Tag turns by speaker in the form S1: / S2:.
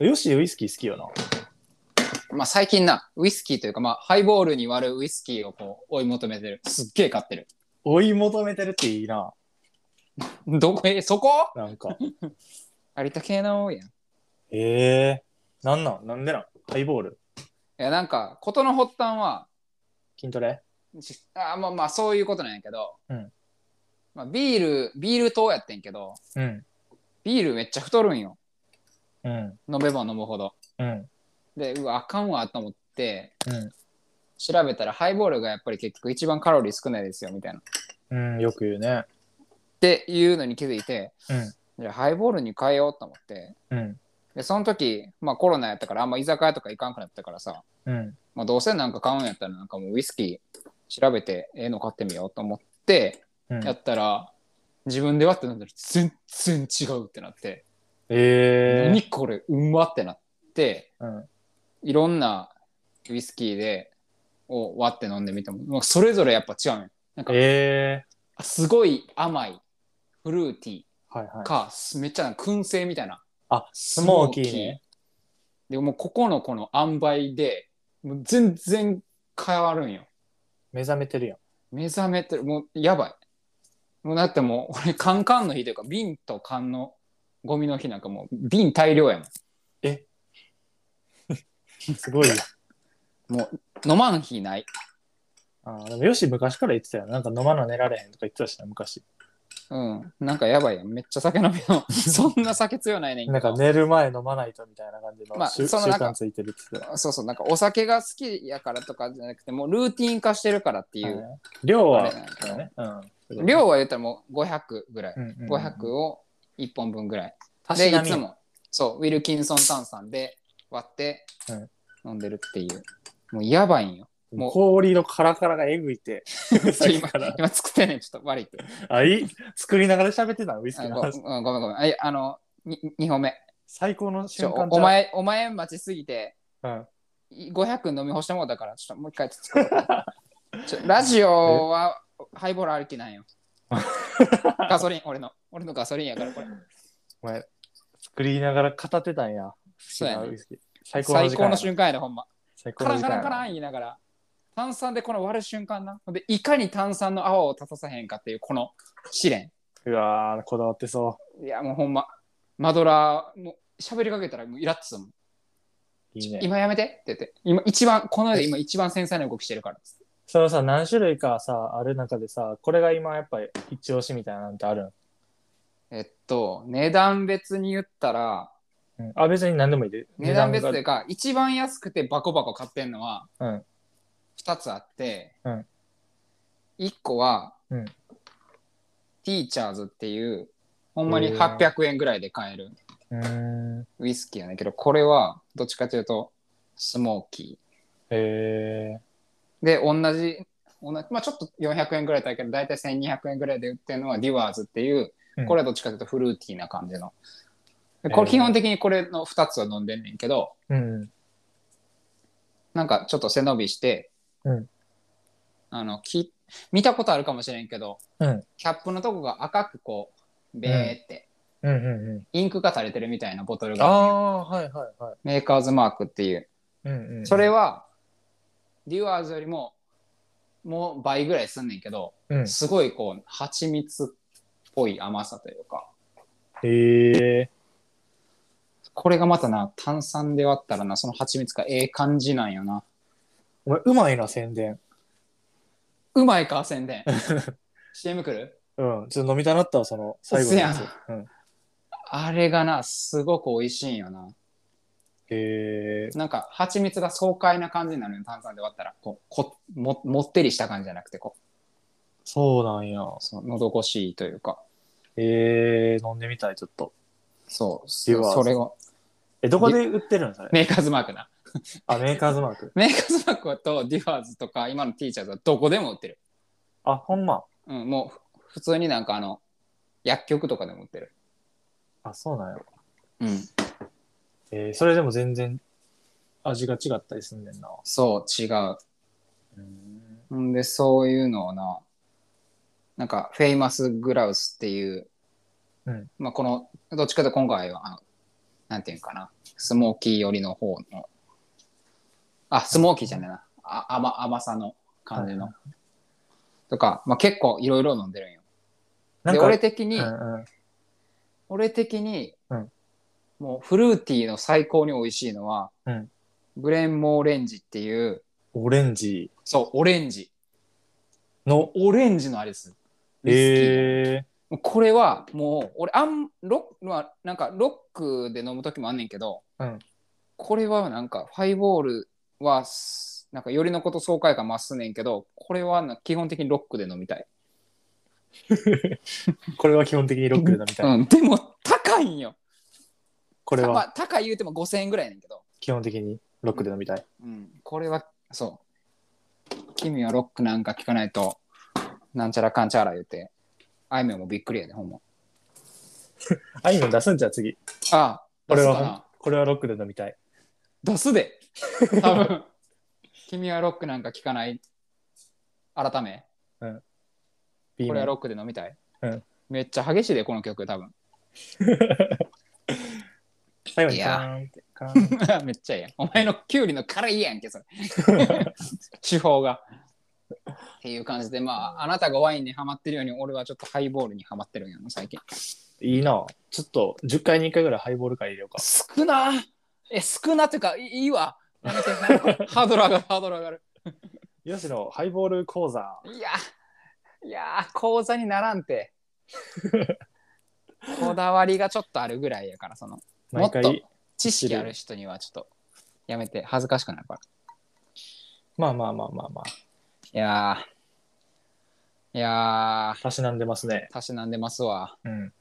S1: よし、ウイスキー好きよな。
S2: まあ、最近な、ウイスキーというか、まあ、ハイボールに割るウイスキーをこう追い求めてる。すっげえ買ってる。
S1: 追い求めてるっていいな。
S2: どこえ、そこ
S1: なん か。
S2: 有田系の多いやん。い
S1: ええー。なんなんなんでなんハイボール
S2: や、なんか、事の発端は、
S1: 筋トレ
S2: しあまあまあ、そういうことなんやけど、
S1: うん
S2: まあ、ビール、ビール糖やってんけど、
S1: うん。
S2: ビールめっちゃ太るんよ。
S1: うん。
S2: 飲めば飲むほど。
S1: うん。
S2: で、うわ、あかんわと思って、
S1: うん
S2: 調べたらハイボールがやっぱり結局一番カロリー少ないですよ、みたいな。っ
S1: うん。よく言うね。
S2: ていうのに気づいて、
S1: うん
S2: じゃあハイボールに変えようと思って、
S1: うん。
S2: で、その時、まあコロナやったから、あんま居酒屋とか行かんくなったからさ、
S1: うん。
S2: まあどうせなんか買うんやったら、なんかもうウイスキー調べて、ええの買ってみようと思って、
S1: うん、
S2: やったら、自分で割って飲んだら全然違うってなって、
S1: ええ
S2: 何これうまってなって、
S1: うん
S2: いろんなウイスキーでを割って飲んでみてももうそれぞれやっぱ違うねなんか
S1: ええ
S2: すごい甘いフルーティ
S1: はいは
S2: ー
S1: い。
S2: かすめっちゃなんか燻製みたいな
S1: あ、スモーキーね。
S2: でもうここのこの塩梅でもう全然変わるんよ
S1: 目覚めてるやん。
S2: 目覚めてるもうやばいもうだってもう俺カンカンの日というか瓶と缶のゴミの日なんかもう瓶大量やもん
S1: すごいやん。
S2: 飲まん日ない
S1: あーでもよし昔から言ってたよ。なんか飲まな寝られへんとか言ってたしな、昔。
S2: うん、なんかやばいやん。めっちゃ酒飲み の。そんな酒強ないねんけど
S1: なんか寝る前飲まないとみたいな感じの,、
S2: まあ
S1: 習
S2: そのなんか
S1: 慣ついてるって言って
S2: そうそう、なんかお酒が好きやからとかじゃなくて、もうルーティン化してるからってい
S1: た。
S2: う。
S1: はい量
S2: あ
S1: は
S2: れなんやけど、
S1: ねうん、
S2: 量は言ったらもう500ぐらい。
S1: うんうんうん
S2: 500を1本分ぐらい。
S1: 足
S2: で、
S1: し
S2: い
S1: なみ
S2: つも、そう、ウィルキンソン炭酸で割って飲んでるっていう。もうやばいんよ。もう
S1: 氷のカラカラがえぐい て。さっき
S2: 今
S1: から、
S2: 今作ってんねん、ちょっと悪いって。
S1: あ、いい作りながら喋ってたのウイスキ
S2: あ
S1: ー
S2: の
S1: の
S2: ごうん
S1: 話。
S2: ごめんごめん。あいあの、2本目。
S1: 最高の
S2: ち
S1: 瞬
S2: ょ
S1: 間
S2: おお、前、お前待ちすぎて、
S1: うん、
S2: 500飲み干してもうたから、ちょっともう一回作ろうちょラジオはハイボール歩きなん よ。ガソリン、俺の。俺のガソリンやから、これ。
S1: お前、作りながら語ってたんや。好き
S2: そうや
S1: な
S2: ね
S1: ウイスキー。最高の
S2: 最
S1: 時
S2: 高
S1: 間
S2: の
S1: やな。
S2: 瞬間やね、ほんま。
S1: 最高
S2: カ
S1: の
S2: ラ
S1: 時
S2: カ
S1: 間
S2: ラカ
S1: や
S2: ラ
S1: な。
S2: ン言いながら、炭酸でこの割る瞬間な。ほんで、いかに炭酸の泡を立たさへんかっていう、この試練。
S1: うわー、こだわってそ
S2: いや、もうほんま。マドラー、もう喋りかけたらもうイラッとするもん。
S1: う。いいね。
S2: 今やめてって言って。今一番、この世で今一番繊細な動きしてるから。
S1: そのさ、何種類かさ、ある中でさ、これが今やっぱり一押しみたいなのってあるん、
S2: えっと、値段別に言ったら、
S1: うん、あ、別に何でもいいで。
S2: 値段別とい
S1: で。
S2: うか一番安くてバコバコ買ってんのは
S1: うん。
S2: 2つあって、
S1: うん
S2: 1個は、
S1: うん
S2: ティーチャーズっていうほんま
S1: へ
S2: に
S1: ー
S2: 800円ぐらいで買える
S1: うーん。
S2: ウイスキーやねんけどこれはどっちかというとスモーキ
S1: え
S2: ーで同じ同じまあ、ちょっと400円ぐらいだけど大体1200円ぐらいで売ってるのはディワーズっていう
S1: うん
S2: これはどっちかというとフルーティーな感じの、で
S1: へー
S2: これ基本的にこれの2つを飲んでんねんけど、
S1: ー。うん。
S2: なんかちょっと背伸びして、
S1: うん
S2: あのき見たことあるかもしれんけど、
S1: うん
S2: キャップのとこが赤くこうベーって、
S1: うんうんう
S2: インクが垂れてるみたいなボトル
S1: ん。あ
S2: が
S1: あ、はいはいはい。
S2: メーカーズマークっていう
S1: うんうん。
S2: それはデュアーズよりももう倍ぐらいすんねんけど、
S1: うん。
S2: すごいこう蜂蜜っぽい甘さというか
S1: へえ。
S2: これがまたな炭酸で割ったらなその蜂蜜がええ感じなんよな
S1: お前、うまいな、宣伝。
S2: うまいか宣 伝 CM 来る
S1: うん。ちょっと飲みたなったわ、その、最後のやつ。
S2: うっ
S1: うん。
S2: あれがなすごく美味しいんよな
S1: へえ。
S2: なんか蜂蜜が爽快な感じになるよ炭酸で割ったらこうこももってりした感じじゃなくてこう
S1: そうなんや。
S2: そのど越しいというか
S1: へえ、飲んでみたい、ちょっと。
S2: そうそ
S1: では
S2: それを
S1: え、どこで売ってるのそれ。
S2: メーカーズマークな
S1: あ、メーカーズマーク。
S2: メーカーズマークとディファーズとか今の T シャツはどこでも売ってる、
S1: あ、ほんま。
S2: うん、もうふ普通になんかあの薬局とかでも売ってる、
S1: あ、そうなんや。
S2: うん、
S1: えー、それでも全然味が違ったりすんねんな。
S2: そう違
S1: うん。
S2: うんでそういうのをななんかフェイマスグラウスっていう、
S1: うん
S2: まあ、このどっちかというと今回はあのなんていうんかな、スモーキー寄りの方の、あ、スモーキーじゃないな、あ甘甘さの感じの。とか、まあ、結構いろいろ飲んでるんよ。
S1: なん
S2: で、
S1: か、
S2: 俺的に、
S1: うんうん、
S2: 俺的に、
S1: うん
S2: もうフルーティーの最高に美味しいのは、
S1: うん
S2: ブレンモーレンジっていう、
S1: オレンジ
S2: そう、オレンジ。
S1: の、
S2: オレンジのあれです。ウイスキー
S1: え
S2: もうこれはもう俺あんロックはなんかロックで飲む時もあんねんけど、
S1: うん
S2: これはなんかハイボールはすなんかよりのこと爽快感増すねんけどこれはな基本的にロックで飲みたい、
S1: ー、これは基本的にロックで飲みたい。
S2: うん、でも高いんよ
S1: これ
S2: ま
S1: は
S2: あ、高い言うても5000円ぐらいやねんけど、
S1: 基本的にロックで飲みたい。
S2: うん、これはそう君はロックなんか聞かないとなんちゃらかんちゃら言うてあいみょんもびっくりやでほんま
S1: あいみょん出すんじゃあ次。
S2: あ
S1: これ
S2: 出すかな
S1: は、これはロックで飲みたい。
S2: 出すで多分君はロックなんか聞かない改め
S1: ビーマ
S2: これは
S1: ン
S2: ロックで飲みたい、
S1: うん
S2: めっちゃ激しいでこの曲多分
S1: 最後に
S2: い
S1: カ
S2: や
S1: ーンって。カーンって
S2: めっちゃええやんお前のキュウリの辛いやんけそれ 手法がっていう感じでまああなたがワインにハマってるように俺はちょっとハイボールにハマってるんやな最近
S1: いいな。ちょっと10回に1回ぐらいハイボール会入れ ようか。
S2: 少なえ少なっていうかいいいわやめてハードル上がるハードル上がる
S1: よしのハイボール講座。
S2: いや、いやー、講座にならんて。こだわりがちょっとあるぐらいやから、その
S1: 毎
S2: もっと
S1: 回。
S2: 知識ある人にはちょっとやめて恥ずかしくなるから。
S1: まあまあまあまあまあ。
S2: いやー、いや
S1: たしなんでますね。
S2: ー、たしなんでますわ。
S1: うん。